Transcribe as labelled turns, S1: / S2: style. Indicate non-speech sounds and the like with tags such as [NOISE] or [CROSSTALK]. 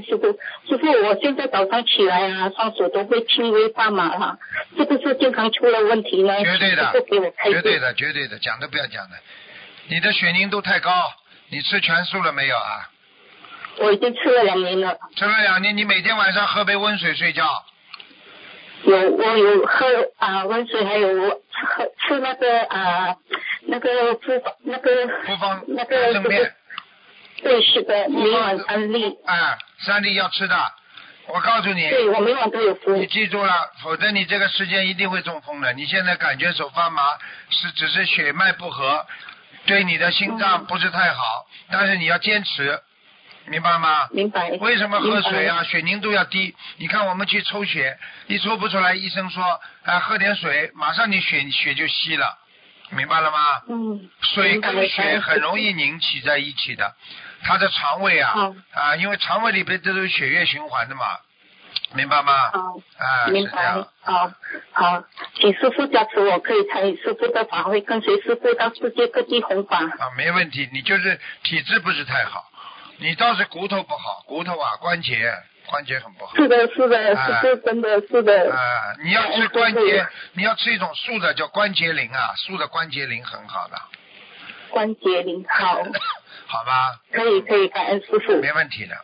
S1: 师傅，师傅，我现在早上起来啊，双手都会轻微发麻哈、是不是健康出了问题呢？
S2: 绝对的
S1: 师傅给我开
S2: 绝对
S1: 的。
S2: 的，绝对的，讲都不要讲的。你的血凝度太高，你吃全素了没有啊？
S1: 我已经吃了两年了，
S2: 吃了两年，你每天晚上喝杯温水睡觉，
S1: 有我有喝啊温水，还有我喝吃那个啊那个复那个
S2: 复方
S1: 那个
S2: 丹参片，
S1: 对是的，
S2: 复方
S1: 每晚三粒，
S2: 哎，三粒要吃的。我告诉你，
S1: 对我每晚都有服
S2: 你记住了，否则你这个时间一定会中风的。你现在感觉手发麻，是只是血脉不和，对你的心脏
S1: 嗯
S2: 不是太好，但是你要坚持，明白吗？
S1: 明白？
S2: 为什么喝水
S1: 明白？
S2: 啊？血凝度要低。你看我们去抽血，一抽不出来，医生说，啊、喝点水，马上你血血就稀了，明白了吗？
S1: 嗯，
S2: 水
S1: 明白
S2: 跟血很容易凝起在一起的，它的肠胃啊
S1: 好
S2: 啊，因为肠胃里边这都是血液循环的嘛，明白吗？
S1: 好。
S2: 啊，是
S1: 明
S2: 这
S1: 白
S2: 样，。
S1: 好，好，请师傅加持我，可以参与师傅的法会，跟随师傅到世界各地弘法。
S2: 啊，没问题，你就是体质不是太好，你倒是骨头不好，骨头啊关节关节很不好。
S1: 是的，是的，
S2: 啊
S1: 师傅真的是的，
S2: 啊，你要吃
S1: 哎
S2: 关
S1: 对
S2: 节
S1: 对，
S2: 你要吃一种素的，叫关节灵啊，素的关节灵很好的，
S1: 关节灵好，
S2: [LAUGHS] 好吧，
S1: 可以可以，感恩师傅。
S2: 没问题的。